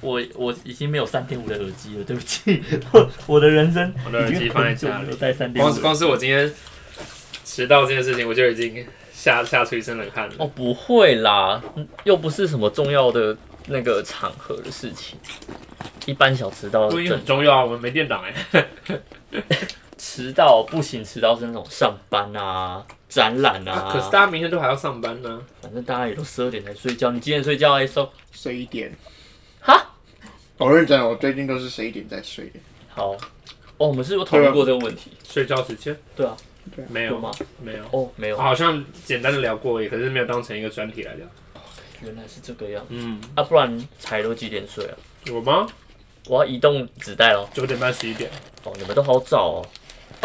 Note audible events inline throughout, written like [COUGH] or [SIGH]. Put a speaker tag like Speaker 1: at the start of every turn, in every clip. Speaker 1: 我我已经没有三点五的耳机了，对不起， [LAUGHS] 我我的人生
Speaker 2: 我的耳
Speaker 1: 已
Speaker 2: 机
Speaker 1: 经
Speaker 2: 放在
Speaker 1: 很久
Speaker 2: 家
Speaker 1: 没有
Speaker 2: 里，
Speaker 1: 带三点
Speaker 2: 光
Speaker 1: 五
Speaker 2: 是。光是我今天迟到这件事情，我就已经吓吓出一身冷汗了。
Speaker 1: 哦，不会啦，又不是什么重要的那个场合的事情，一般小迟到
Speaker 2: 录音
Speaker 1: 正
Speaker 2: 很重要啊，我们没电档哎、
Speaker 1: 迟到不行，迟到是那种上班啊、展览啊
Speaker 2: 啊可是大家明天都还要上班呢、
Speaker 1: 反正大家也都十二点才睡觉，你几点睡觉啊？说
Speaker 3: 十一点。
Speaker 1: 哈，
Speaker 3: 我认真，我最近都是十一点在睡的。
Speaker 1: 好哦，我们是有
Speaker 2: 啊
Speaker 1: 讨论过这个问题，
Speaker 2: 睡觉时间
Speaker 1: 对啊，
Speaker 2: 没
Speaker 1: 有
Speaker 2: 有
Speaker 1: 吗？
Speaker 2: 没有，
Speaker 1: 哦，没有，
Speaker 2: 好像简单的聊过而已，可是没有当成一个专题来聊。
Speaker 1: 原来是这个样
Speaker 2: 嗯，
Speaker 1: 啊，不然才都几点睡啊？
Speaker 2: 我吗？
Speaker 1: 我要移动纸袋哦，
Speaker 2: 九点半十一点，
Speaker 1: 哦，你们都好早哦，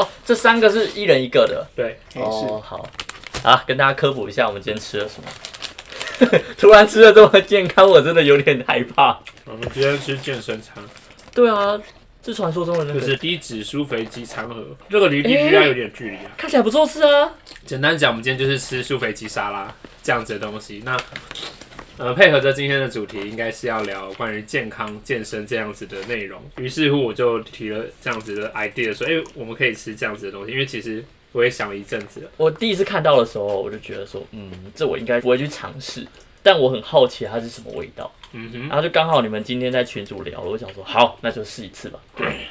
Speaker 1: 哦，这三个是一人一个的，
Speaker 2: 对，
Speaker 3: 也
Speaker 1: 哦，好，啊，跟大家科普一下，我们今天吃了什么。 [LAUGHS] 突然吃的这么健康，我真的有点害怕。
Speaker 2: 我们今天吃健身餐，
Speaker 1: 对啊，是传说中的那
Speaker 2: 就
Speaker 1: 个，
Speaker 2: 是低脂酥肥鸡餐盒，这个离低脂要有点距离啊。
Speaker 1: 看起来不错吃啊。
Speaker 2: 简单讲，我们今天就是吃酥肥鸡沙拉这样子的东西。那呃，配合着今天的主题，应该是要聊关于健康健身这样子的内容。于是乎，我就提了这样子的 idea，说，哎、我们可以吃这样子的东西，因为其实我也想了一阵子了。
Speaker 1: 我第一次看到的时候，我就觉得说，嗯，这我应该不会去尝试，但我很好奇它是什么味道。
Speaker 2: 嗯哼。
Speaker 1: 然后就刚好你们今天在群组聊了，我想说，好，那就试一次吧。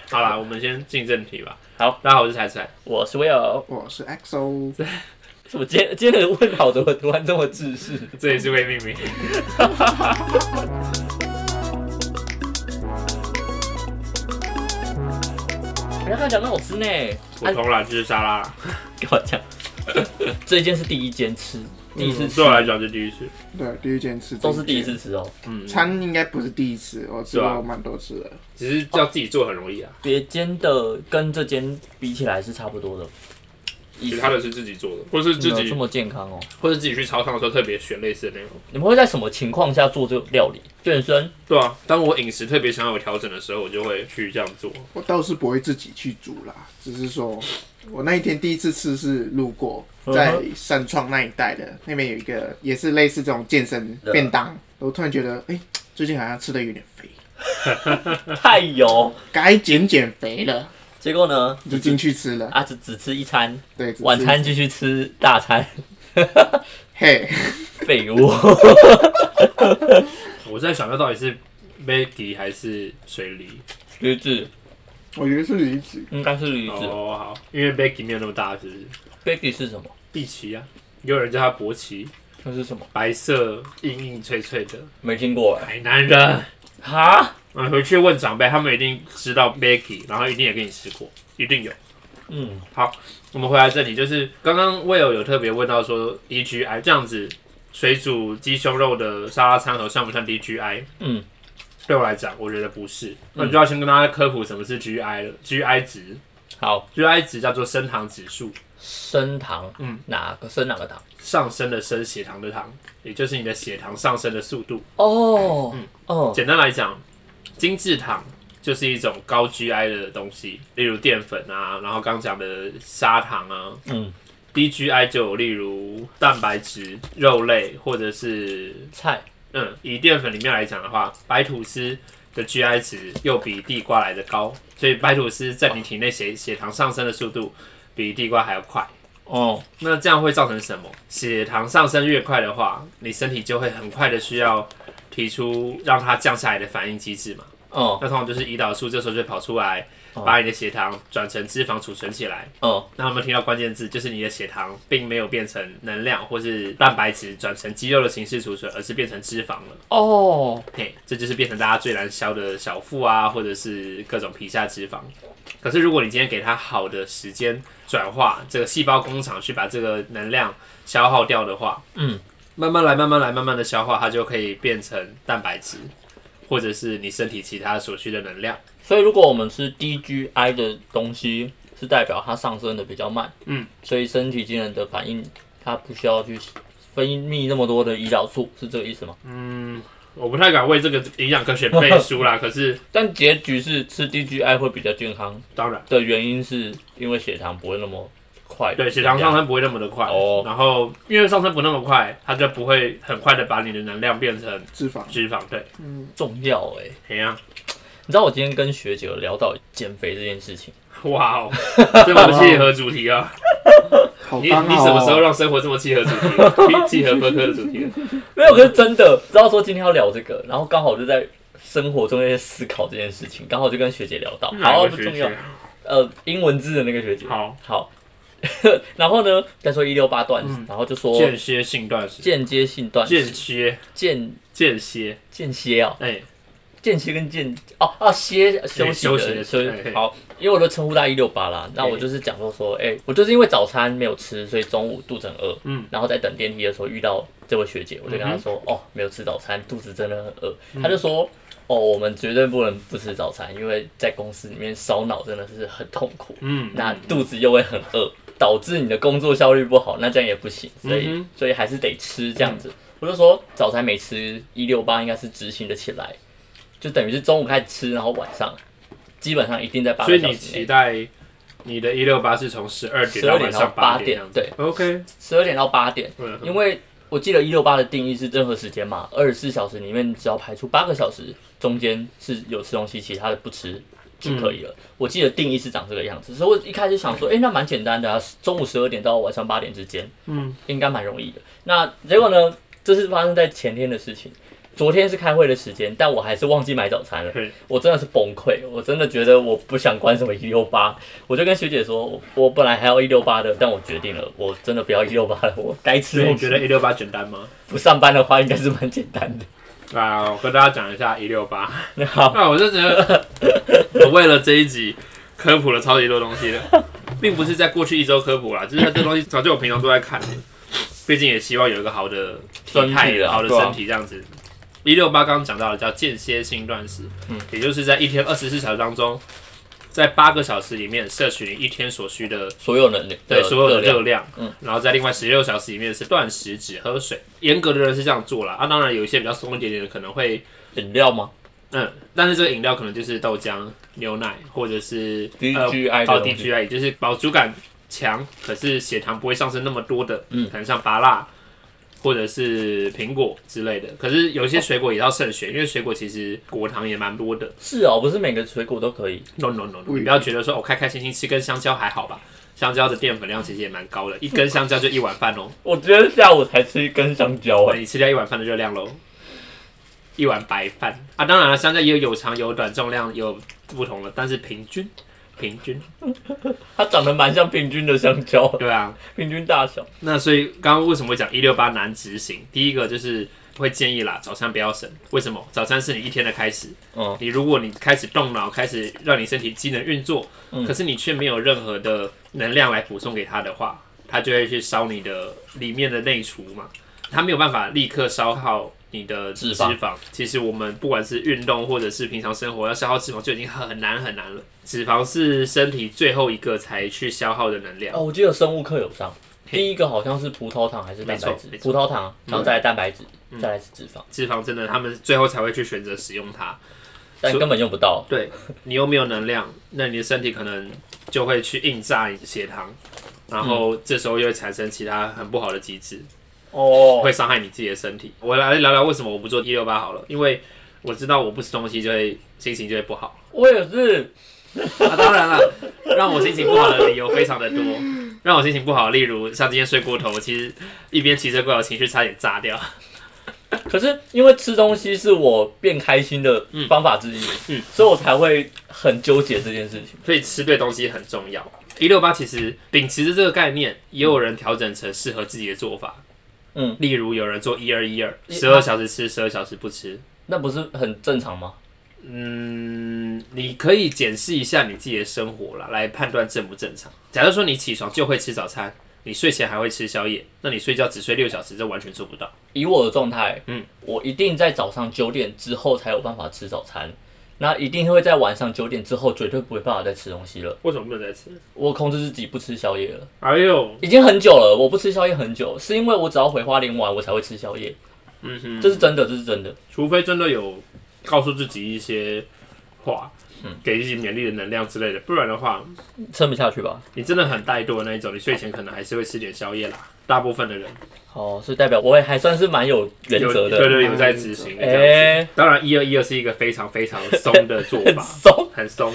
Speaker 2: 好啦，我们先进正题吧。
Speaker 1: 好，
Speaker 2: 大家好，我是彩彩。
Speaker 1: 我是 Will，
Speaker 3: 我是 XO，
Speaker 1: 是我今天今天的问好怎么突然这么自私？
Speaker 2: 这里是未命名。
Speaker 1: 不要跟他讲那好吃呢，
Speaker 2: 普通啦，就是沙拉啦。
Speaker 1: 给我讲，这一间是第一间吃，第一次吃
Speaker 2: 对，我来讲是第一次。
Speaker 3: 对，第一件吃
Speaker 1: 都是第一次。吃哦。
Speaker 2: 嗯，
Speaker 3: 餐应该不是第一次，我吃
Speaker 2: 对啊
Speaker 3: 过蛮多次的。
Speaker 2: 只是要自己做很容易啊，
Speaker 1: 别间的跟这间比起来是差不多的，
Speaker 2: 其他的是自己做的，或是
Speaker 1: 没
Speaker 2: 自
Speaker 1: 有
Speaker 2: 己
Speaker 1: 这，么健康哦。
Speaker 2: 或是自己去操场的时候特别选类似的内容。
Speaker 1: 你们会在什么情况下做这个料理？健身
Speaker 2: 对啊，当我饮食特别想要有调整的时候，我就会去这样做。
Speaker 3: 我倒是不会自己去煮啦，只是说我那一天第一次吃是路过
Speaker 1: 嗯哼
Speaker 3: 在三创那一带的，那边有一个也是类似这种健身
Speaker 1: 对
Speaker 3: 便当，我突然觉得，哎、最近好像吃的有点肥，
Speaker 1: 太油，
Speaker 3: 该减减肥了，
Speaker 1: 结果呢？
Speaker 3: 就进去吃了。
Speaker 1: 啊，只只吃一餐，
Speaker 3: 对，只是
Speaker 1: 晚餐继续吃大餐，
Speaker 3: 嘿，
Speaker 1: 废物。
Speaker 2: 我在想，这到底是杯底还是水梨？
Speaker 1: 驴子
Speaker 3: 我觉得是离子
Speaker 1: 应该是驴子。
Speaker 2: 哦，好，因为 Becky 没有那么大，是不是？
Speaker 1: Baby 是什么？
Speaker 2: 碧琪啊，有人叫它薄琪，
Speaker 1: 那是什么？
Speaker 2: 白色硬硬脆脆的
Speaker 1: 没听过哎。
Speaker 2: 海南人。
Speaker 1: 哈？
Speaker 2: 啊，回去问长辈，他们一定知道 Becky，然后一定也跟你吃过，一定有。
Speaker 1: 嗯，
Speaker 2: 我们回来这里，就是刚刚 Will 有特别问到说 DGI 这样子水煮鸡胸肉的沙拉餐盒算不算 DGI？
Speaker 1: 嗯，
Speaker 2: 对我来讲，我觉得不是。那就要先跟大家科普什么是 GI 了。GI 值
Speaker 1: 好，
Speaker 2: ，GI 值叫做升糖指数，
Speaker 1: 升糖，嗯
Speaker 2: 嗯，
Speaker 1: 哪个升哪个糖？
Speaker 2: 上升的升，血糖的糖，也就是你的血糖上升的速度。
Speaker 1: 哦，
Speaker 2: 嗯
Speaker 1: 哦，
Speaker 2: 简单来讲，精致糖就是一种高 GI 的东西，例如淀粉啊，然后刚讲的砂糖啊。
Speaker 1: 嗯，
Speaker 2: 低 GI 就有例如蛋白质、肉类，或者是
Speaker 1: 菜
Speaker 2: 嗯，以淀粉里面来讲的话，白吐司的 GI 值又比地瓜来的高，所以白吐司在你体内血血糖上升的速度比地瓜还要快。
Speaker 1: 哦，
Speaker 2: 那这样会造成什么？血糖上升越快的话，你身体就会很快的需要提出让它降下来的反应机制嘛。
Speaker 1: 哦，
Speaker 2: 那通常就是胰岛素这时候就会跑出来，
Speaker 1: 哦
Speaker 2: 把你的血糖转成脂肪储存起来。
Speaker 1: 哦，
Speaker 2: 那我们听到关键字就是你的血糖并没有变成能量或是蛋白质转成肌肉的形式储存，而是变成脂肪了。
Speaker 1: 哦，
Speaker 2: 嘿，这就是变成大家最难消的小腹啊，或者是各种皮下脂肪。可是如果你今天给它好的时间转化，这个细胞工厂去把这个能量消耗掉的话，
Speaker 1: 嗯，
Speaker 2: 慢慢来，慢慢来，慢慢的消化，它就可以变成蛋白质，或者是你身体其他所需的能量。
Speaker 1: 所以如果我们吃 DGI 的东西，是代表它上升的比较慢，
Speaker 2: 嗯，
Speaker 1: 所以身体机能的反应，它不需要去分泌那么多的胰岛素，是这个意思吗？
Speaker 2: 嗯，我不太敢为这个营养科学背书
Speaker 1: [LAUGHS]
Speaker 2: 啦，可是
Speaker 1: 但结局是吃 DGI 会比较健康
Speaker 2: 当然
Speaker 1: 的原因，是因为血糖不会那么快，
Speaker 2: 对，血糖上升不会那么的快，
Speaker 1: 哦
Speaker 2: 然后因为上升不那么快，它就不会很快的把你的能量变成
Speaker 3: 脂肪，
Speaker 2: 脂肪，对，
Speaker 3: 嗯，
Speaker 1: 重要哎、
Speaker 2: 怎样？
Speaker 1: 你知道我今天跟学姐有聊到减肥这件事情，
Speaker 2: [LAUGHS] 哇哦，这么契合主题啊！
Speaker 3: 好
Speaker 2: 你
Speaker 3: 刚好、哦。
Speaker 2: 你什么时候让生活这么契合主
Speaker 1: 啊
Speaker 2: 题了？契契合科科的主
Speaker 1: [LAUGHS]
Speaker 2: 题了？啊
Speaker 1: 没有，可是真的知道说今天要聊这个，然后刚好就在生活中在思考这件事情，刚好就跟学姐聊到，
Speaker 2: 嗯哪
Speaker 1: 好
Speaker 2: 个
Speaker 1: 不
Speaker 2: 学
Speaker 1: 重要
Speaker 2: 姐，？
Speaker 1: 呃，英文字的那个学姐，
Speaker 2: 好，
Speaker 1: 好，然后呢，再说一六八段，
Speaker 2: 嗯
Speaker 1: 然后就说
Speaker 2: 间歇性断食，
Speaker 1: 间接性断
Speaker 2: 间歇
Speaker 1: 间
Speaker 2: 间歇，
Speaker 1: 间歇啊，
Speaker 2: 哎，
Speaker 1: 间歇跟间哦哦、歇休息
Speaker 2: 休息
Speaker 1: 的
Speaker 2: 的
Speaker 1: 休
Speaker 2: 哎
Speaker 1: 好，因为我都称呼他一六八啦，那我就是讲说说，哎、我就是因为早餐没有吃，所以中午肚子很饿，
Speaker 2: 嗯，
Speaker 1: 然后在等电梯的时候遇到这位学姐，我就跟她说，哦，没有吃早餐，肚子真的很饿，
Speaker 2: 嗯
Speaker 1: 她就说。哦，我们绝对不能不吃早餐，因为在公司里面烧脑真的是很痛苦。
Speaker 2: 嗯，
Speaker 1: 那肚子又会很饿，导致你的工作效率不好，那这样也不行，所以、
Speaker 2: 嗯
Speaker 1: 所以还是得吃这样子。我就说早餐没吃，一六八应该是执行的起来，就等于是中午开始吃，然后晚上基本上一定在八
Speaker 2: 所
Speaker 1: 个
Speaker 2: 以
Speaker 1: 小
Speaker 2: 你
Speaker 1: 时
Speaker 2: 期
Speaker 1: 内，
Speaker 2: 待你的一六八是从十二点到
Speaker 1: 12
Speaker 2: 晚
Speaker 1: 点
Speaker 2: 上
Speaker 1: 到八
Speaker 2: 点这
Speaker 1: 点
Speaker 2: 样，子，
Speaker 1: 对，
Speaker 2: ，OK，
Speaker 1: 十二点到八点，
Speaker 2: 嗯
Speaker 1: [LAUGHS] 因为我记得一六八的定义是任何时间嘛，二十四小时里面只要排出八个小时中间是有吃东西，其他的不吃就可以了。我记得定义是长这个样子，所以我一开始想说，诶，那蛮简单的啊，中午十二点到晚上八点之间，
Speaker 2: 嗯，
Speaker 1: 应该蛮容易的。那结果呢，这是发生在前天的事情。昨天是开会的时间，但我还是忘记买早餐了
Speaker 2: 对。
Speaker 1: 我真的是崩溃，我真的觉得我不想管什么一六八，我就跟学姐说，我我本来还要一六八的，但我决定了，我真的不要一六八了，我该吃
Speaker 2: 所以
Speaker 1: 我
Speaker 2: 你觉得一六八简单吗？
Speaker 1: 不上班的话应该是蛮简单的。
Speaker 2: 啊，我跟大家讲一下一六八。 [LAUGHS]
Speaker 1: 好，
Speaker 2: 啊那我就觉得，我为了这一集科普了超级多东西的，并不是在过去一周科普啦，就是它这东西早就我平常都在看的，毕竟也希望有一个好的体态
Speaker 1: 身体啦
Speaker 2: 好的
Speaker 1: 对啊
Speaker 2: 身体这样子。一六八刚刚讲到了叫间歇性断食，
Speaker 1: 嗯
Speaker 2: 也就是在一天二十四小时当中，在八个小时里面摄取你一天所需的
Speaker 1: 所有能力，
Speaker 2: 对所有的
Speaker 1: 热
Speaker 2: 热
Speaker 1: 量，
Speaker 2: 量，
Speaker 1: 嗯
Speaker 2: 然后在另外十六小时里面是断食只喝水，严格的人是这样做啦，啊，当然有一些比较松一点点的可能会
Speaker 1: 饮料吗
Speaker 2: 嗯，但是这个饮料可能就是豆浆、牛奶或者是
Speaker 1: ？DGI
Speaker 2: 呃高
Speaker 1: 的东西，
Speaker 2: DGI，就是饱足感强，可是血糖不会上升那么多的，
Speaker 1: 嗯
Speaker 2: 可能像芭辣或者是苹果之类的。可是有些水果也要慎选，因为水果其实果糖也蛮多的。
Speaker 1: 是哦，不是每个水果都可以。
Speaker 2: No no no，, no
Speaker 3: 不
Speaker 2: 你
Speaker 3: 一定
Speaker 2: 不要觉得说我、哦开开心心吃根香蕉还好吧，香蕉的淀粉量其实也蛮高的，一根香蕉就一碗饭哦，
Speaker 1: 我今天下午才吃一根香蕉哎、
Speaker 2: 你吃掉一碗饭的热量喽。一碗白饭啊，当然了，香蕉也有有长有短，重量有不同的，但是平均，平均
Speaker 1: 它长得蛮像平均的香蕉， [LAUGHS]
Speaker 2: 对啊，
Speaker 1: 平均大小。
Speaker 2: 那所以刚刚为什么会讲一六八难执行？第一个就是会建议啦，早餐不要省。为什么？早餐是你一天的开始。
Speaker 1: 嗯，
Speaker 2: 你如果你开始动脑，开始让你身体机能运作，
Speaker 1: 嗯
Speaker 2: 可是你却没有任何的能量来补充给它的话，它就会去烧你的里面的内储嘛，它没有办法立刻消耗。你的
Speaker 1: 脂
Speaker 2: 脂
Speaker 1: 肪
Speaker 2: 肪，其实我们不管是运动或者是平常生活，要消耗脂肪就已经很难很难了。脂肪是身体最后一个才去消耗的能量。
Speaker 1: 哦，我记得生物课有上，
Speaker 2: 嘿
Speaker 1: 第一个好像是葡萄糖还是蛋白质
Speaker 2: 没错没？错嗯
Speaker 1: 葡萄糖，然后再来蛋白质，再来是脂肪，
Speaker 2: 脂肪真的，他们最后才会去选择使用它。
Speaker 1: 但根本用不到。
Speaker 2: 对你又没有能量，那你的身体可能就会去硬榨你的血糖，然后这时候又会产生其他很不好的机制，
Speaker 1: 哦，
Speaker 2: 会伤害你自己的身体。我来聊聊为什么我不做一六八好了，因为我知道我不吃东西就会心情就会不好。
Speaker 1: 我也是，
Speaker 2: 啊，当然了，让我心情不好的理由非常的多。让我心情不好，例如像今天睡过头，其实一边骑车过来，我情绪差点炸掉。
Speaker 1: 可是因为吃东西是我变开心的方法之一，
Speaker 2: 嗯
Speaker 1: 所以我才会很纠结这件事情。
Speaker 2: 所以吃对东西很重要。一六八其实秉持着这个概念，也有人调整成适合自己的做法。
Speaker 1: 嗯，
Speaker 2: 例如有人做一二一二，
Speaker 1: 一
Speaker 2: 十二小时吃，十二小时不吃。
Speaker 1: 那不是很正常吗？
Speaker 2: 嗯，你可以检视一下你自己的生活啦，来判断正不正常。假如说你起床就会吃早餐，你睡前还会吃宵夜，那你睡觉只睡六小时，这完全做不到。
Speaker 1: 以我的状态，
Speaker 2: 嗯，
Speaker 1: 我一定在早上九点之后才有办法吃早餐，那一定会在晚上九点之后绝对不会办法再吃东西了。
Speaker 2: 为什么不能再吃？
Speaker 1: 我控制自己不吃宵夜了，
Speaker 2: 哎呦，
Speaker 1: 已经很久了，我不吃宵夜很久，是因为我只要回花莲玩，我才会吃宵夜，
Speaker 2: 嗯哼，
Speaker 1: 这是真的，这是真的。
Speaker 2: 除非真的有告诉自己一些话
Speaker 1: 嗯，
Speaker 2: 给自己勉励的能量之类的，不然的话，
Speaker 1: 撑不下去吧？
Speaker 2: 你真的很怠惰的那一种，你睡前可能还是会吃点宵夜啦。大部分的人
Speaker 1: 哦，所以代表我也还算是蛮有原
Speaker 2: 有
Speaker 1: 则
Speaker 2: 对
Speaker 1: 的。
Speaker 2: 对有在执行的这样子。
Speaker 1: 哎，
Speaker 2: 当然，一二一二是一个非常非常松的做
Speaker 1: [LAUGHS] 很 [LAUGHS]
Speaker 2: 法，
Speaker 1: 松，
Speaker 2: 很松，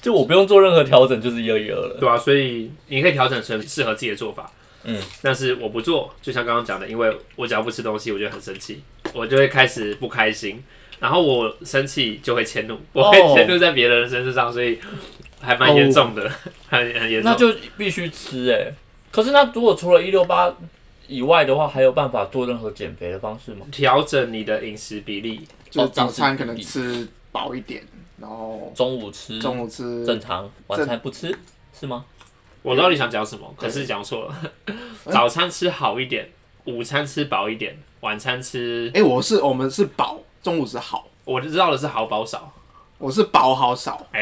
Speaker 1: 就我不用做任何调整，就是一二一二了。
Speaker 2: 对啊，所以你可以调整成适合自己的做法。
Speaker 1: 嗯，
Speaker 2: 但是我不做，就像刚刚讲的，因为我只要不吃东西，我就很生气，我就会开始不开心，然后我生气就会迁怒，我会
Speaker 1: 哦
Speaker 2: 迁怒在别人的身上，所以还蛮严重的， [LAUGHS] 很很严重。
Speaker 1: 那就必须吃哎、可是那如果除了一六八以外的话，还有办法做任何减肥的方式吗？
Speaker 2: 调整你的饮食比例，
Speaker 1: 哦
Speaker 3: 就是早餐可能吃饱一点，然后
Speaker 1: 中午吃
Speaker 3: 中午吃
Speaker 1: 嗯正常，晚餐不吃是吗？
Speaker 2: 我知道你想讲什么，可是讲错
Speaker 3: [LAUGHS]
Speaker 2: 了。
Speaker 3: 嗯
Speaker 2: 早餐吃好一点，午餐吃饱一点，晚餐吃
Speaker 3: 哎、我是我们是饱，中午是好，
Speaker 2: 我就知道的是好饱少。
Speaker 3: 我是饱好少，
Speaker 2: 哎、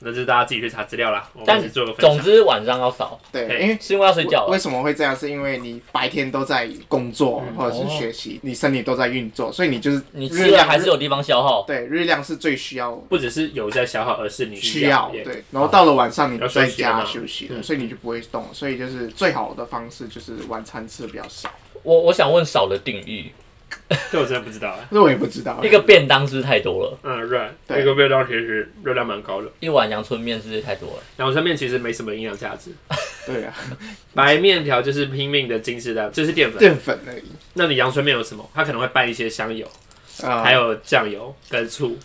Speaker 2: 那就大家自己去查资料啦。我们
Speaker 1: 但
Speaker 2: 只做个分
Speaker 1: 总
Speaker 2: 享。
Speaker 1: 之晚上要少，
Speaker 3: 对，
Speaker 2: 对
Speaker 3: 因为。
Speaker 1: 是因为要睡觉啊
Speaker 3: 为
Speaker 1: 了。
Speaker 3: 什么会这样？是因为你白天都在工作
Speaker 2: 嗯
Speaker 3: 或者是学习，你身体都在运作，所以你就是
Speaker 1: 哦你
Speaker 3: 日
Speaker 1: 吃了
Speaker 3: 量
Speaker 1: 还是有地方消耗，
Speaker 3: 对日量是最需要
Speaker 2: 不只是有在消耗，而是你
Speaker 3: 需要
Speaker 2: 也
Speaker 3: 对，然后到了晚上你
Speaker 2: 要休
Speaker 3: 在
Speaker 2: 息了嘛
Speaker 3: 家休息
Speaker 1: 嗯
Speaker 3: 了，所以你就不会动，所以就是最好的方式就是晚餐吃比较少。
Speaker 1: 我我想问少的定义，
Speaker 2: 这我真的不知道啊。
Speaker 3: 这我也不知道欸，
Speaker 1: 一个便当是不是太多了，
Speaker 2: 嗯，right，
Speaker 3: 对
Speaker 2: 那个味道其实热量蛮高的，
Speaker 1: 一碗阳春面是不是太多了？
Speaker 2: 然后上面其实没什么营养价值。
Speaker 3: 对
Speaker 1: [LAUGHS]
Speaker 3: 啊，
Speaker 2: 白面条就是拼命的精致的，就是淀粉。
Speaker 3: 淀粉而已。
Speaker 2: 那你阳春面有什么？它可能会拌一些香油，
Speaker 3: 呃
Speaker 2: 还有酱油跟醋，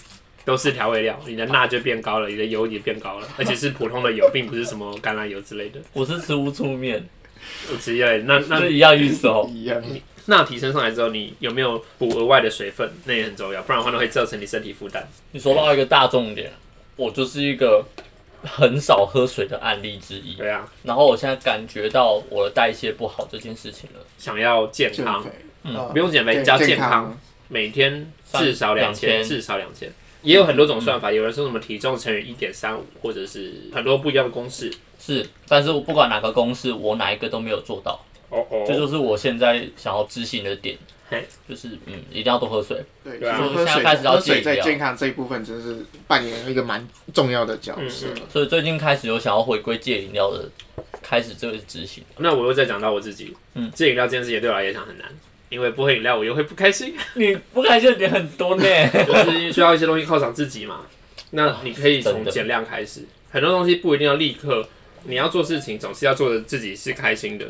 Speaker 2: 都是调味料。你的钠就变高了，你的油也变高了，而且是普通的油，并不是什么橄榄油之类的。
Speaker 1: 我是吃乌醋面，
Speaker 2: 我直接那那
Speaker 1: 是一样意思哦。
Speaker 3: 一样，
Speaker 2: 钠提升上来之后，你有没有补额外的水分？那也很重要，不然的话呢会造成你身体负担。
Speaker 1: 你说到一个大重点，我就是一个很少喝水的案例之一。
Speaker 2: 对啊，
Speaker 1: 然后我现在感觉到我的代谢不好这件事情了，
Speaker 2: 想要健
Speaker 3: 减
Speaker 2: 康
Speaker 3: 肥，，
Speaker 1: 嗯
Speaker 3: 呃
Speaker 2: 不用减肥，
Speaker 3: 对
Speaker 2: 只要
Speaker 3: 健
Speaker 2: 健康，每天至少两千，嗯
Speaker 1: 三2000
Speaker 2: 至少两千。也有很多种算法，有人说什么体重乘以一点三五，或者是很多不一样的公式。
Speaker 1: 是，但是我不管哪个公式，我哪一个都没有做到，
Speaker 2: 哦哦
Speaker 1: 这就是我现在想要执行的点
Speaker 2: 嘿，
Speaker 1: 就是嗯，一定要多喝水，
Speaker 3: 对，
Speaker 2: 对啊
Speaker 3: 就是喝
Speaker 1: 现在
Speaker 3: 水
Speaker 1: 开始要
Speaker 3: 喝水
Speaker 1: 戒
Speaker 3: 在
Speaker 1: 掉
Speaker 3: 健康这一部分，真是扮演一个蛮重要的角色。
Speaker 2: 嗯
Speaker 1: 所以最近开始有想要回归戒饮料的，开始这个执行，
Speaker 2: 那我又再讲到我自己，
Speaker 1: 嗯
Speaker 2: 戒饮料这件事情对我来讲很难，因为不喝饮料我又会不
Speaker 1: [LAUGHS]
Speaker 2: 开心，
Speaker 1: 你不开心的点很多呢，
Speaker 2: 就是需要一些东西犒赏自己嘛。那你可以
Speaker 1: 真
Speaker 2: 从
Speaker 1: 的
Speaker 2: 减量开始，很多东西不一定要立刻，你要做事情总是要做的自己是开心的，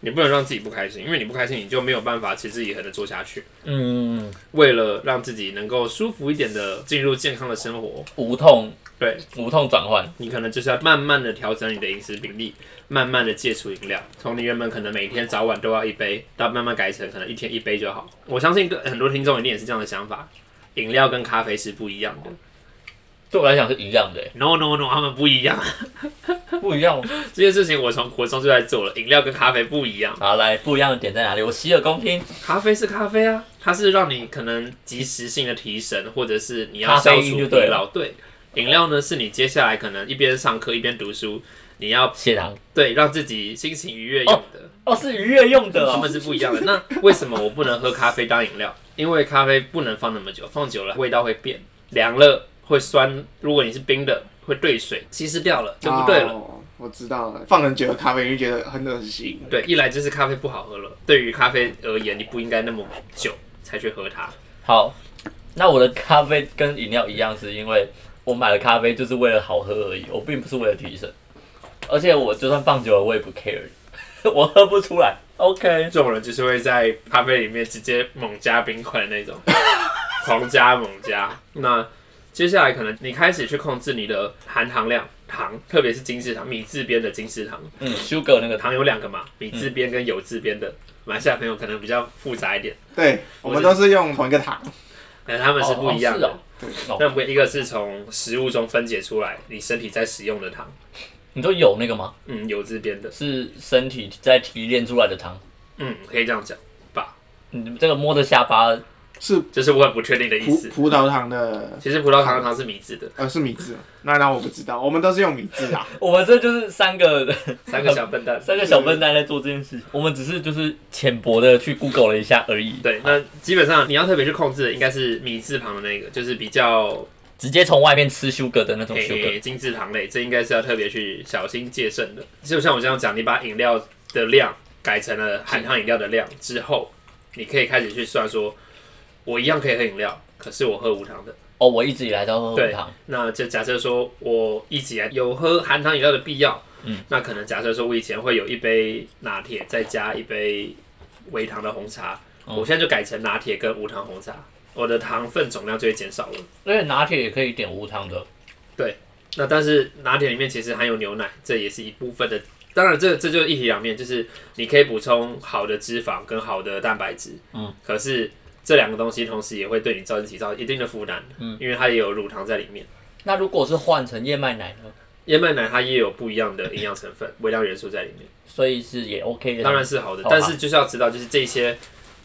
Speaker 2: 你不能让自己不开心，因为你不开心你就没有办法持之以恒的做下去。
Speaker 1: [LAUGHS] 嗯，
Speaker 2: 为了让自己能够舒服一点的进入健康的生活，
Speaker 1: 无痛
Speaker 2: 对
Speaker 1: 无痛转换，
Speaker 2: 你可能就是要慢慢的调整你的饮食比例，慢慢的戒除饮料，从你原本可能每天早晚都要一杯，到慢慢改成可能一天一杯就好。我相信很多听众一定也是这样的想法，饮料跟咖啡是不一样的。
Speaker 1: 对我来讲是一样的欸，
Speaker 2: No No No，他们不一样。
Speaker 1: 不一样吗。
Speaker 2: 这件事情我从国中就在做了，饮料跟咖啡不一样，
Speaker 1: 好，来，不一样的点在哪里？我洗耳恭听，
Speaker 2: 咖啡是咖啡啊，它是让你可能及时性的提神，或者是你要
Speaker 1: 咖
Speaker 2: 消
Speaker 1: 啡因
Speaker 2: 除
Speaker 1: 就
Speaker 2: 疲
Speaker 1: 对了
Speaker 2: 劳。对，饮料呢是你接下来可能一边上课一边读书，你要
Speaker 1: 血糖
Speaker 2: 对让自己心情愉悦用的。
Speaker 1: 哦，是愉悦用的
Speaker 2: 他
Speaker 1: 哦，
Speaker 2: 们是不一样的。那为什么我不能喝咖啡当饮料？因为咖啡不能放那么久，放久了味道会变，凉了会酸。如果你是冰的，会兑水稀释掉了，就不对了。
Speaker 3: 哦我知道了，放很久的咖啡就觉得很恶心。
Speaker 2: 对，一来就是咖啡不好喝了。对于咖啡而言，你不应该那么久才去喝它。
Speaker 1: 好，那我的咖啡跟饮料一样，是因为我买了咖啡就是为了好喝而已，我并不是为了提神。而且我就算放久了，我也不 care，我 [LAUGHS] 喝不出来。OK，
Speaker 2: 这种人就是会在咖啡里面直接猛加冰块的那种， [LAUGHS] 狂加猛加。那接下来可能你开始去控制你的含糖量，糖，特别是精制糖，米字边的精制糖。
Speaker 1: 嗯，sugar 那个糖，
Speaker 2: 糖有两个嘛，米字边跟有字边的。
Speaker 1: 嗯
Speaker 2: 马来西亚朋友可能比较复杂一点，
Speaker 3: 对，我们都是用同一个糖，
Speaker 2: 但他们是不一样的
Speaker 1: 哦。是哦
Speaker 2: 那不一个是从食物中分解出来，你身体在使用的糖，
Speaker 1: 你都有那个吗？
Speaker 2: 嗯，有字边的，
Speaker 1: 是身体在提炼出来的糖。
Speaker 2: 嗯，可以这样讲，
Speaker 1: 你这个摸着下巴，
Speaker 3: 是
Speaker 2: 这是我很不确定的意
Speaker 3: 葡
Speaker 2: 思。
Speaker 3: 葡萄糖的，
Speaker 2: 其实葡萄糖的糖是米字
Speaker 1: [LAUGHS]
Speaker 2: 的，
Speaker 3: 呃，是米字。那那我不知道，我们都是用米字啊。
Speaker 1: 我们这就是三个。
Speaker 2: 三个小笨蛋
Speaker 1: 三个小笨蛋在做这件事。我们只是就是浅薄的去 Google 了一下而已。
Speaker 2: 对，那基本上你要特别去控制的应该是米字旁的那个，就是比较
Speaker 1: 直接从外面吃 sugar 的那种 sugar，、
Speaker 2: 给精制糖类，这应该是要特别去小心戒慎的。就像我这样讲，你把饮料的量改成了含糖饮料的量之后，你可以开始去算说，我一样可以喝饮料，可是我喝无糖的。
Speaker 1: 哦，我一直以来都喝无
Speaker 2: 对
Speaker 1: 糖，
Speaker 2: 那就假设说我一直以来有喝含糖饮料的必要，
Speaker 1: 嗯，
Speaker 2: 那可能假设说我以前会有一杯拿铁，再加一杯微糖的红茶，
Speaker 1: 嗯
Speaker 2: 我现在就改成拿铁跟无糖红茶，我的糖分总量就会减少了。
Speaker 1: 因为拿铁也可以点无糖的。
Speaker 2: 那但是拿铁里面其实含有牛奶，这也是一部分的。当然这，这就是一体两面，就是你可以补充好的脂肪跟好的蛋白质，
Speaker 1: 嗯，
Speaker 2: 可是这两个东西同时也会对你造成体造一定的负担，
Speaker 1: 嗯，
Speaker 2: 因为它也有乳糖在里面。
Speaker 1: 那如果是换成燕麦奶呢？
Speaker 2: 燕麦奶它也有不一样的营养成分、微量元素在里面，
Speaker 1: 所以是也 OK 的。
Speaker 2: 当然是好的
Speaker 1: 好。吧啊
Speaker 2: 但是就是要知道，就是这些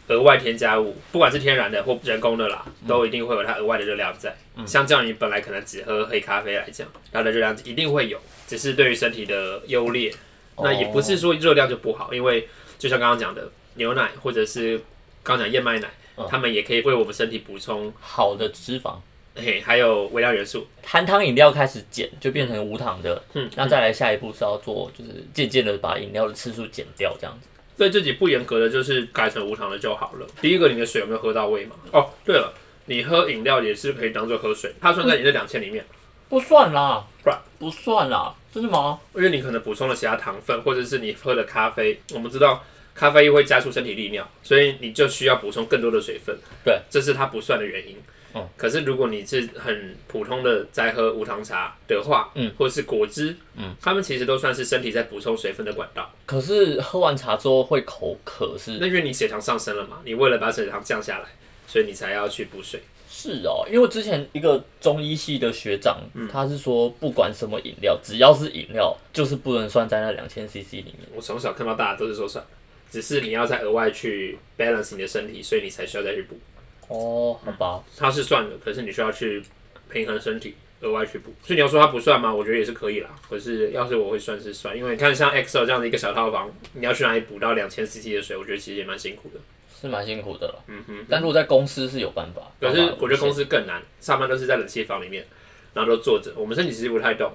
Speaker 2: 额外添加物，不管是天然的或人工的啦，
Speaker 1: 嗯
Speaker 2: 都一定会有它额外的热量在。相较于本来可能只喝黑咖啡来讲，它的热量一定会有，只是对于身体的优劣。
Speaker 1: 哦
Speaker 2: 那也不是说热量就不好，因为就像刚刚讲的，牛奶或者是刚讲燕麦奶
Speaker 1: 嗯，
Speaker 2: 它们也可以为我们身体补充，
Speaker 1: 好的脂肪，
Speaker 2: 嘿，还有微量元素。
Speaker 1: 含糖饮料开始减，就变成无糖的。
Speaker 2: 嗯
Speaker 1: 那再来下一步是要做，就是渐渐的把饮料的次数减掉，这样子。
Speaker 2: 对自己不严格的，就是改成无糖的就好了。第一个，你的水有没有喝到位嘛？哦，对了，你喝饮料也是可以当做喝水，它算在你这两千里面，
Speaker 1: 不算啦，
Speaker 2: 不然
Speaker 1: 不算啦，真的吗？
Speaker 2: 因为你可能补充了其他糖分，或者是你喝了咖啡。我们知道咖啡因会加速身体利尿，所以你就需要补充更多的水分。
Speaker 1: 对，
Speaker 2: 这是它不算的原因。
Speaker 1: 哦
Speaker 2: 可是如果你是很普通的在喝无糖茶的话，
Speaker 1: 嗯，
Speaker 2: 或是果汁，
Speaker 1: 嗯，
Speaker 2: 它们其实都算是身体在补充水分的管道。
Speaker 1: 可是喝完茶之后会口渴是，
Speaker 2: 那因为你血糖上升了嘛，你为了把血糖降下来，所以你才要去补水。
Speaker 1: 是哦，因为我之前一个中医系的学长，他是说不管什么饮料，只要是饮料，就是不能算在那两千 CC 里面。
Speaker 2: 我从小看到大都是说算了，只是你要再额外去 balance 你的身体，所以你才需要再去补。
Speaker 1: 哦，好吧，
Speaker 2: 它是算的，可是你需要去平衡身体，额外去补。所以你要说它不算吗？我觉得也是可以啦。可是要是我会算是算，因为你看像 XO 这样的一个小套房，你要去哪里补到两千 CC 的水？我觉得其实也蛮辛苦的。
Speaker 1: 是蛮辛苦的了。
Speaker 2: 嗯哼。
Speaker 1: 但如果在公司是有办法，
Speaker 2: 可
Speaker 1: 办
Speaker 2: 是
Speaker 1: 法
Speaker 2: 我觉得公
Speaker 1: 无限
Speaker 2: 司更难，上班都是在冷气房里面，然后都坐着，我们身体其实不太动，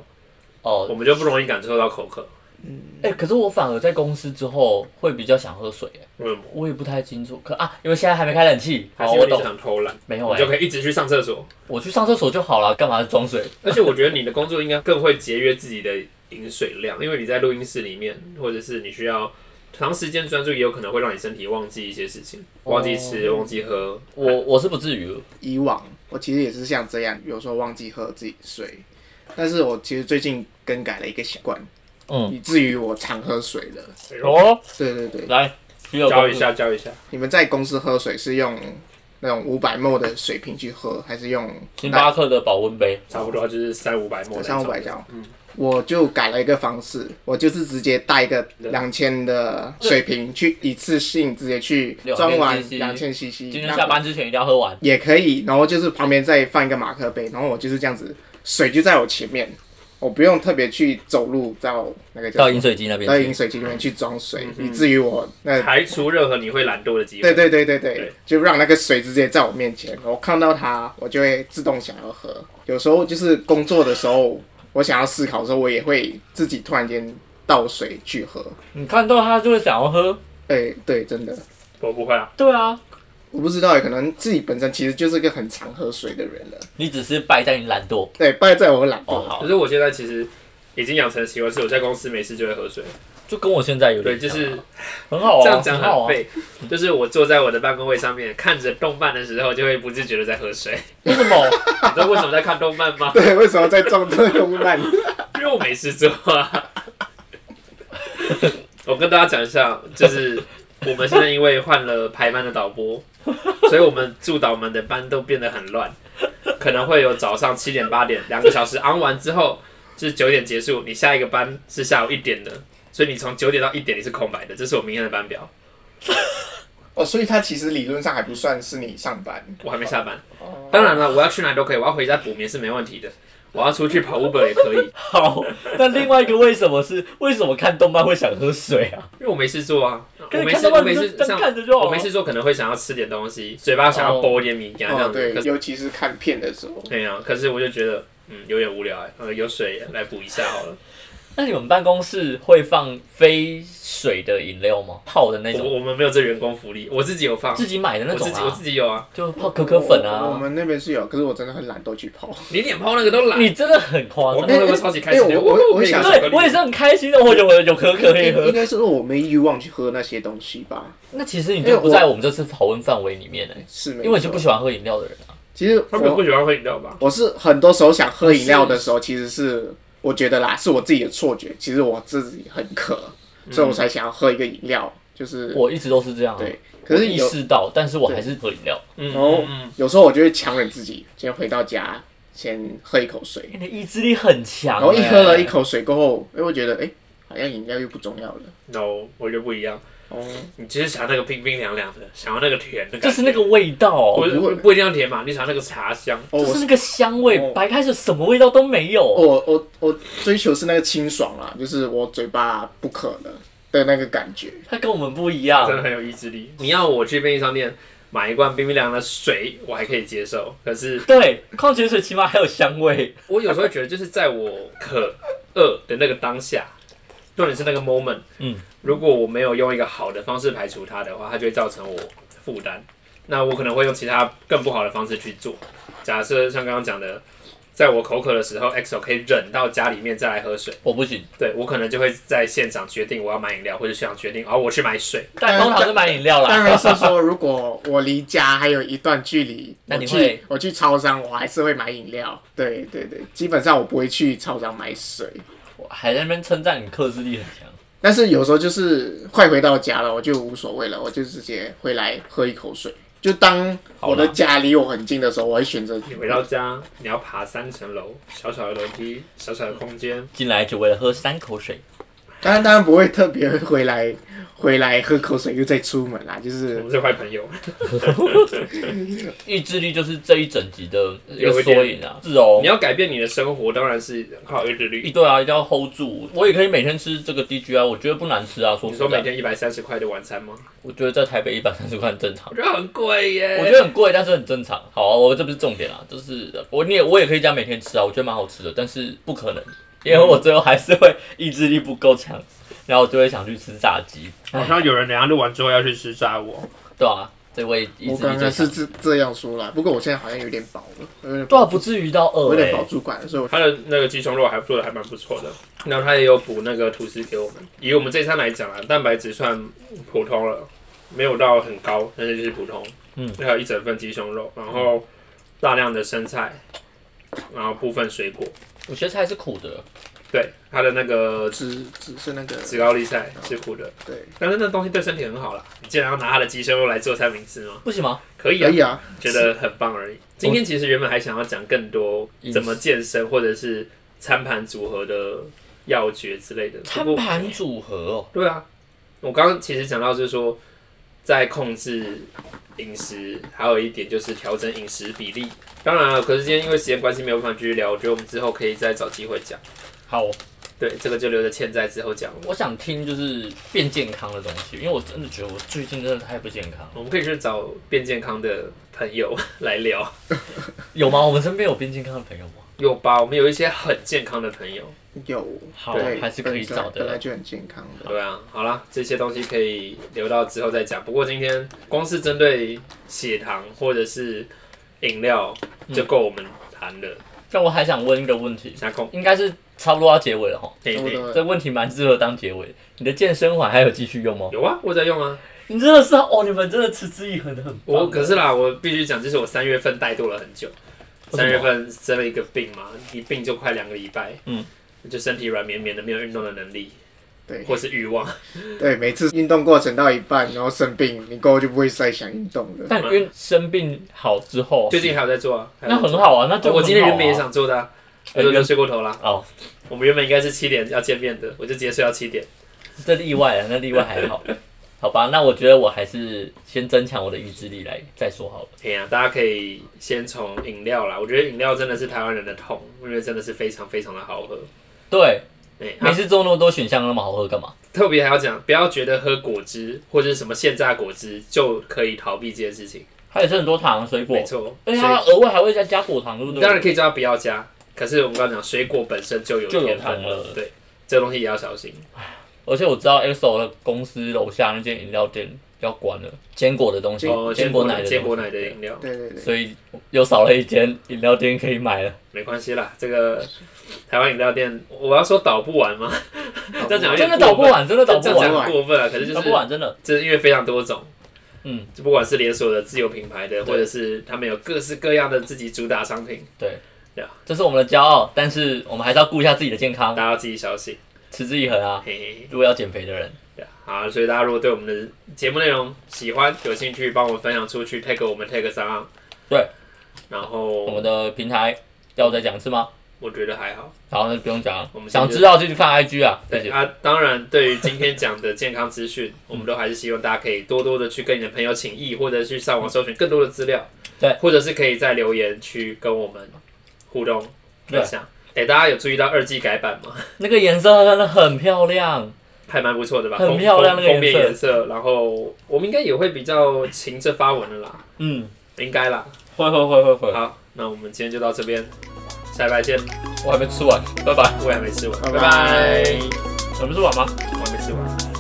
Speaker 2: 我
Speaker 1: 哦，
Speaker 2: 们就不容易感受到口渴。
Speaker 1: 哎、可是我反而在公司之后会比较想喝水、哎
Speaker 2: 为什么？
Speaker 1: 我也不太清楚。可啊，因为现在还没开冷气，
Speaker 2: 还
Speaker 1: 好，
Speaker 2: 是因为
Speaker 1: 我懂，
Speaker 2: 你想偷懒，
Speaker 1: 没有
Speaker 2: 你
Speaker 1: 哎、
Speaker 2: 就可以一直去上厕所。
Speaker 1: 我去上厕所就好了，干嘛装水？
Speaker 2: 而且我觉得你的工作应该更会节约自己的饮水量，因为你在录音室里面，或者是你需要长时间专注，也有可能会让你身体忘记一些事情，
Speaker 3: 哦
Speaker 2: 忘记吃，忘记喝。
Speaker 1: 我我是不至于，
Speaker 3: 以往我其实也是像这样，有时候忘记喝自己水，但是我其实最近更改了一个习惯，
Speaker 1: 嗯，
Speaker 3: 以至于我常喝水了。
Speaker 2: 哎
Speaker 1: 哦，
Speaker 3: 对对对，
Speaker 1: 来，需要
Speaker 2: 教一，下，教一下。
Speaker 3: 你们在公司喝水是用那种五百 ml 的水瓶去喝，还是用
Speaker 1: 星巴克的保温杯，
Speaker 2: 差不多就是三五百模，
Speaker 3: 三五百毫
Speaker 2: 嗯
Speaker 3: 我就改了一个方式，我就是直接带一个两千的水瓶去一次性直接去装完两千 CC，
Speaker 1: 今天下班之前一定要喝完。
Speaker 3: 也可以，然后就是旁边再放一个马克杯，然后我就是这样子，水就在我前面，我不用特别去走路到那个叫
Speaker 1: 到
Speaker 3: 什
Speaker 1: 饮
Speaker 3: 么
Speaker 1: 水嗯机那边
Speaker 3: 到饮
Speaker 1: 去，
Speaker 3: 水机里面去装水，以至于我那
Speaker 2: 排除任何你会懒惰的机
Speaker 3: 对
Speaker 2: 会。
Speaker 3: 对对对对
Speaker 2: 对，
Speaker 3: 就让那个水直接在我面前，我看到它，我就会自动想要喝。有时候就是工作的时候，我想要思考的时候，我也会自己突然间倒水去喝。
Speaker 1: 你看到他就会想要喝。
Speaker 3: 哎、对，真的，
Speaker 2: 我不会啊，
Speaker 1: 对啊，
Speaker 3: 我不知道，可能自己本身其实就是个很常喝水的人了。
Speaker 1: 你只是败在你懒惰。
Speaker 3: 对，败在我懒
Speaker 1: 哦，
Speaker 3: 惰。
Speaker 1: 好
Speaker 2: 可，是我现在其实已经养成的习惯是，我在公司没事就会喝水。
Speaker 1: 就跟我现在有
Speaker 2: 对，
Speaker 1: 点
Speaker 2: 就是
Speaker 1: 很好啊，
Speaker 2: 这样讲
Speaker 1: 很好
Speaker 2: 很
Speaker 1: 啊。
Speaker 2: 废，就是我坐在我的办公位上面看着动漫的时候，就会不自觉的在喝水。
Speaker 1: 为什么？
Speaker 2: 你知道为什么在看动漫吗？
Speaker 3: 对，为什么在众多动
Speaker 1: [LAUGHS]
Speaker 2: [LAUGHS]
Speaker 3: 漫？
Speaker 2: 因为我没事做啊。 [LAUGHS] 我跟大家讲一下，就是我们现在因为换了排班的导播，所以我们助导们的班都变得很乱，可能会有早上七点八点两个小时昂完之后，就是九点结束，你下一个班是下午一点的，所以你从九点到一点你是空白的，这是我明天的班表，
Speaker 3: 哦，所以它其实理论上还不算是你上班。
Speaker 2: 我还没下班。当然了，我要去哪里都可以，我要回家补眠是没问题的。我要出去跑 Uber 也可以，
Speaker 1: 好，那另外一个为什么是 [LAUGHS] 为什么看动漫会想喝水啊？
Speaker 2: 因为我没事做啊。
Speaker 1: 可
Speaker 2: 我
Speaker 1: 是
Speaker 2: 没
Speaker 1: 看
Speaker 2: 事，
Speaker 1: 动
Speaker 2: 我
Speaker 1: 漫
Speaker 2: 没
Speaker 1: 你就
Speaker 2: 事
Speaker 1: 单
Speaker 2: 像
Speaker 1: 看着就好啊
Speaker 2: 我没事做，可能会想要吃点东西，嘴巴想要剥一点米干这
Speaker 3: 哦，
Speaker 2: 样
Speaker 3: 对
Speaker 2: 子。可，是
Speaker 3: 尤其是看片的时候，
Speaker 2: 对呀，可是我就觉得嗯有点无聊哎，呃有水来补一下好了。
Speaker 1: 那你们办公室会放非水的饮料吗？泡的那
Speaker 2: 我
Speaker 1: 种，
Speaker 2: 我们没有这员工福利，我自己有放，
Speaker 1: 自己买的那
Speaker 2: 我
Speaker 1: 种
Speaker 2: 自己我
Speaker 1: 啊
Speaker 2: 自，己有啊。
Speaker 1: 就泡可可粉
Speaker 3: 我我我
Speaker 1: 啊。
Speaker 3: 们那边是有，可是我真的很懒，都去泡。
Speaker 2: 你脸泡那个都懒，
Speaker 1: 你真的很夸
Speaker 2: 我
Speaker 1: 张
Speaker 2: 刚，刚超级开心
Speaker 3: 哎
Speaker 2: 的。
Speaker 3: 我我我
Speaker 2: 可以
Speaker 3: 想
Speaker 2: 有巧克
Speaker 1: 对
Speaker 2: 力
Speaker 1: 我也是很开心的，我有有可可可以
Speaker 3: 应
Speaker 1: 喝
Speaker 3: 应。该是说我没欲望去喝那些东西吧？
Speaker 1: 那其实你就不在我们这次讨论范围里面呢、欸
Speaker 3: 是没错，
Speaker 1: 因为你就不喜欢喝饮料的人啊。
Speaker 3: 其实
Speaker 2: 他们不
Speaker 3: 我
Speaker 2: 喜欢喝饮料吧？
Speaker 3: 我是很多时候想喝饮料的时候，其实是我觉得啦，是我自己的错觉。其实我自己很渴，所以我才想要喝一个饮料，就是
Speaker 1: 嗯我一直都是这样、啊，
Speaker 3: 对。可是
Speaker 1: 我意
Speaker 3: 有
Speaker 1: 识到，但是我还是喝饮料。
Speaker 2: 嗯
Speaker 3: 哦
Speaker 2: 嗯，
Speaker 3: 有时候我就会强忍自己，先回到家先喝一口水，
Speaker 1: 你的意志力很强、欸
Speaker 3: 然后一喝了一
Speaker 1: 口，
Speaker 3: 口水过后，哎，我觉得哎、好像饮料又不重要了。
Speaker 2: no，我就不一样。
Speaker 3: 哦，
Speaker 2: 你就是想要那个冰冰凉凉的，想要那个甜的感觉，
Speaker 1: 就是那个味道，哦
Speaker 2: 不
Speaker 3: 如果
Speaker 2: 是不一定要甜嘛，你想要那个茶香。
Speaker 3: 哦，
Speaker 1: 就
Speaker 3: 我
Speaker 1: 是那个香味，
Speaker 3: 哦
Speaker 1: 白开水什么味道都没有。
Speaker 2: 哦
Speaker 3: 我我我追求是那个清爽啦，就是我嘴巴不渴了的那个感觉。
Speaker 1: 它跟我们不一
Speaker 2: 真
Speaker 1: 样。
Speaker 2: 的很有意志力。你要我去便利商店买一罐冰冰凉的水，我还可以接受。可是
Speaker 1: 对，矿泉水起码还有香味。
Speaker 2: 我有时候觉得，就是在我渴饿的那个当下，重点是那个 moment，
Speaker 1: 嗯，
Speaker 2: 如果我没有用一个好的方式排除它的话，它就会造成我负担。那我可能会用其他更不好的方式去做。假设像刚刚讲的，在我口渴的时候，XO 可以忍到家里面再来喝水，
Speaker 1: 我不行，
Speaker 2: 对 [LAUGHS] 我可能就会在现场决定我要买饮料，或者现场决定，哦，我去买水。
Speaker 1: [LAUGHS] 但通常是买饮料
Speaker 3: 当
Speaker 1: 啦。
Speaker 3: 然是说，如果我离家还有一段距离，
Speaker 1: [LAUGHS] 那
Speaker 3: 我
Speaker 1: 你
Speaker 3: 去
Speaker 1: 会
Speaker 3: 我去超商，我还是会买饮料。对对对，基本上我不会去超商买水。
Speaker 1: 我还在那边称赞你克制力很强。
Speaker 3: 但是有时候就是快回到家了，我就无所谓了，我就直接回来喝一口水。就当
Speaker 1: 好
Speaker 3: 我的
Speaker 1: 啦
Speaker 3: 家离我很近的时候，我会选择
Speaker 2: 你回到家，你要爬三层楼，小小的楼梯，小小的空间，
Speaker 1: 进来就为了喝三口水，
Speaker 3: 当然当然不会特别回来回来喝口水又再出门啦，就是
Speaker 2: 我们是坏朋友。
Speaker 1: 意志力就是这一整集的一
Speaker 2: 有
Speaker 1: 个
Speaker 2: 一点
Speaker 1: 缩影啊。是哦
Speaker 2: 你，要改变你的生活，当然是靠意志力。
Speaker 1: 对啊，一定要 hold 住。我也可以每天吃这个 DGI，我觉得不难吃啊。说
Speaker 2: 你
Speaker 1: 实
Speaker 2: 说每
Speaker 1: 在，
Speaker 2: 天一百三十块的晚餐吗？
Speaker 1: 我觉得在台北一百三十块很正常
Speaker 2: 我。觉得很贵耶。
Speaker 1: 我觉得很贵，但是很正常。好、啊，我这不是重点啊，就是呃我你也我也可以这样每天吃啊，我觉得蛮好吃的，但是不可能，因
Speaker 3: 嗯
Speaker 1: 为我最后还是会意志力不够强，然后我就会想去吃炸鸡，
Speaker 2: 好像有人等一下录完之后要去吃炸我，
Speaker 1: 对啊，这位意
Speaker 3: 我
Speaker 1: 志力
Speaker 3: 刚
Speaker 1: 最
Speaker 3: 刚是
Speaker 1: 强，
Speaker 3: 这这样说啦。不过我现在好像有点饱了，我有点
Speaker 1: 对啊，
Speaker 3: 饱，
Speaker 1: 不至于到
Speaker 3: 我
Speaker 1: 饿、
Speaker 3: 有
Speaker 1: 欸
Speaker 3: 点饱，主管了，所以我
Speaker 2: 他的那个鸡胸肉还做的还蛮不错的。然后他也有补那个吐司给我们。以我们这一餐来讲啊，蛋白质算普通了，没有到很高，但是就是普通。
Speaker 1: 嗯
Speaker 2: 还有一整份鸡胸肉，然后大量的生菜，然后部分水果。
Speaker 1: 我觉得菜是苦的，
Speaker 2: 对，它的那个
Speaker 3: 只只是那个
Speaker 2: 紫高丽菜是苦的，
Speaker 3: 对，
Speaker 2: 但是那东西对身体很好啦。你竟然要拿它的鸡胸肉来做三明治吗？
Speaker 1: 不行吗？
Speaker 2: 可以
Speaker 3: 可
Speaker 2: 啊，
Speaker 3: 以啊，
Speaker 2: 觉得很棒而已。今天其实原本还想要讲更多
Speaker 1: 饮食
Speaker 2: 怎么健身或者是餐盘组合的要诀之类的。
Speaker 1: 餐
Speaker 2: 不过
Speaker 1: 盘组合哦，
Speaker 2: 对啊，我刚刚其实讲到就是说，在控制饮食，还有一点就是调整饮食比例。当然了，可是今天因为时间关系没有办法继续聊，我觉得我们之后可以再找机会讲。
Speaker 1: 好，
Speaker 2: 对，这个就留着欠债之后讲。
Speaker 1: 我想听就是变健康的东西，因为我真的觉得我最近真的太不健康了，
Speaker 2: 我们可以去找变健康的朋友来聊。 [LAUGHS]
Speaker 1: 有吗？我们身边有变健康的朋友吗？
Speaker 2: 有吧？我们有一些很健康的朋友。
Speaker 3: 有
Speaker 1: 好
Speaker 3: 对，
Speaker 1: 还是可以
Speaker 3: 本来
Speaker 1: 找的
Speaker 3: 本来就很健康的。
Speaker 2: 对啊，好啦，这些东西可以留到之后再讲。不过今天光是针对血糖或者是饮料就够我们谈的。
Speaker 1: 但我还想问一个问题，
Speaker 2: 下空，
Speaker 1: 应该是差嗯不多要结尾了哈。
Speaker 2: 嘿
Speaker 3: 差不
Speaker 2: 嘿
Speaker 3: 多
Speaker 1: 这问题蛮适合当结尾。你的健身环还有继续用吗？
Speaker 2: 有啊，我在用啊。
Speaker 1: 你真的是哦，你们真的持之以恒的很棒。
Speaker 2: 我可是啦，我必须讲，就是我三月份怠惰了很久。
Speaker 1: 为什么
Speaker 2: 三月份生了一个病嘛，一病就快两个礼拜。
Speaker 1: 嗯，
Speaker 2: 就身体软绵绵的，没有运动的能力
Speaker 3: 对
Speaker 2: 或是欲望。
Speaker 3: 对，每次运动过程到一半，然后生病，你过后就不会再想运动
Speaker 1: [LAUGHS]
Speaker 3: 了。
Speaker 1: 但因为生病好之后，
Speaker 2: 最近还有在做啊，还有
Speaker 1: 那
Speaker 2: 在做
Speaker 1: 很好啊，那就
Speaker 2: 我今天
Speaker 1: 很好啊
Speaker 2: 原本也想做的、啊，我就睡过头啦。
Speaker 1: 哎哦，
Speaker 2: 我们原本应该是七点要见面的，我就直接睡到七点。 [LAUGHS]
Speaker 1: 这例外啊，那例外还好。好吧，那我觉得我还是先增强我的意志力来再说好了。
Speaker 2: 哎呀、大家可以先从饮料啦，我觉得饮料真的是台湾人的痛，因为真的是非常非常的好喝。
Speaker 1: 对，
Speaker 2: 哎、
Speaker 1: 每次做那么多选项那么好喝干嘛？
Speaker 2: 特别还要讲，不要觉得喝果汁或者是什么现榨果汁就可以逃避这件事情。
Speaker 1: 它也是很多糖水果
Speaker 2: 没，错，
Speaker 1: 而
Speaker 2: 所
Speaker 1: 且
Speaker 2: 以
Speaker 1: 它额外还会再加果糖，对不
Speaker 2: 当然
Speaker 1: 对？
Speaker 2: 可以叫他不要加，可是我们刚刚讲水果本身就有
Speaker 1: 就有
Speaker 2: 甜分
Speaker 1: 糖了
Speaker 2: 对，这东西也要小心。
Speaker 1: 而且我知道 EXO 的公司楼下那间饮料店要关了，坚果的东西，
Speaker 2: 哦，
Speaker 1: 坚果奶的东西
Speaker 2: 坚果奶的饮料，
Speaker 1: [LAUGHS]
Speaker 3: 对对对，
Speaker 1: 所以又少了一间饮料店可以买了。
Speaker 2: 没关系啦。这个台湾饮料店，我要说倒不完吗？这样讲有
Speaker 1: 真
Speaker 2: 点
Speaker 1: 的倒不完，真的倒
Speaker 2: [LAUGHS] 这
Speaker 1: 不
Speaker 2: 样
Speaker 1: 完，
Speaker 2: 讲过分啊，可是就
Speaker 1: 倒
Speaker 2: 是
Speaker 1: 不完，真的。
Speaker 2: 就是因为非常多种，
Speaker 1: 嗯，
Speaker 2: 就不管是连锁的自有品牌
Speaker 1: 对
Speaker 2: 的，或者是他们有各式各样的自己主打商品，
Speaker 1: 这是我们的骄傲，但是我们还是要顾一下自己的健
Speaker 2: 大
Speaker 1: 康，
Speaker 2: 家要自己小心。
Speaker 1: 持之以恒啊。
Speaker 2: 嘿嘿嘿
Speaker 1: 如果要减肥的人，
Speaker 2: 对啊好，所以大家如果对我们的节目内容喜欢、有兴趣，帮我们分享出去，tag 我们 tag 上。
Speaker 1: 对，
Speaker 2: 然
Speaker 1: 我
Speaker 2: 后
Speaker 1: 们的平台要我再讲一次吗？
Speaker 2: 我觉得还好。
Speaker 1: 好，那不用讲了
Speaker 2: 我。们先
Speaker 1: 想知道就去看 IG 啊。谢
Speaker 2: 对
Speaker 1: 谢。
Speaker 2: 啊，当然，对于今天讲的健康
Speaker 1: [LAUGHS]
Speaker 2: 资讯，我们都还是希望大家可以多多的去跟你的朋友请益，或者去上网搜寻更多的资料，
Speaker 1: 嗯对
Speaker 2: 或者是可以在留言区跟我们互动
Speaker 1: 对
Speaker 2: 分享。哎、大家有注意到二季改版吗？
Speaker 1: 那个颜色真的很漂亮，
Speaker 2: 还蛮不错的吧，
Speaker 1: 很
Speaker 2: 封
Speaker 1: 漂亮
Speaker 2: 封
Speaker 1: 那个
Speaker 2: 封面
Speaker 1: 颜
Speaker 2: 颜色。然后我们应该也会比较勤着发文的啦，
Speaker 1: 嗯，
Speaker 2: 应该啦。
Speaker 1: 会会会会会，
Speaker 2: 好，那我们今天就到这边，下礼拜见。
Speaker 1: 我还没吃完，拜拜。
Speaker 2: 我也还没吃完，
Speaker 3: 拜
Speaker 2: 拜拜。
Speaker 1: 我们是晚吗？
Speaker 2: 我还没吃完。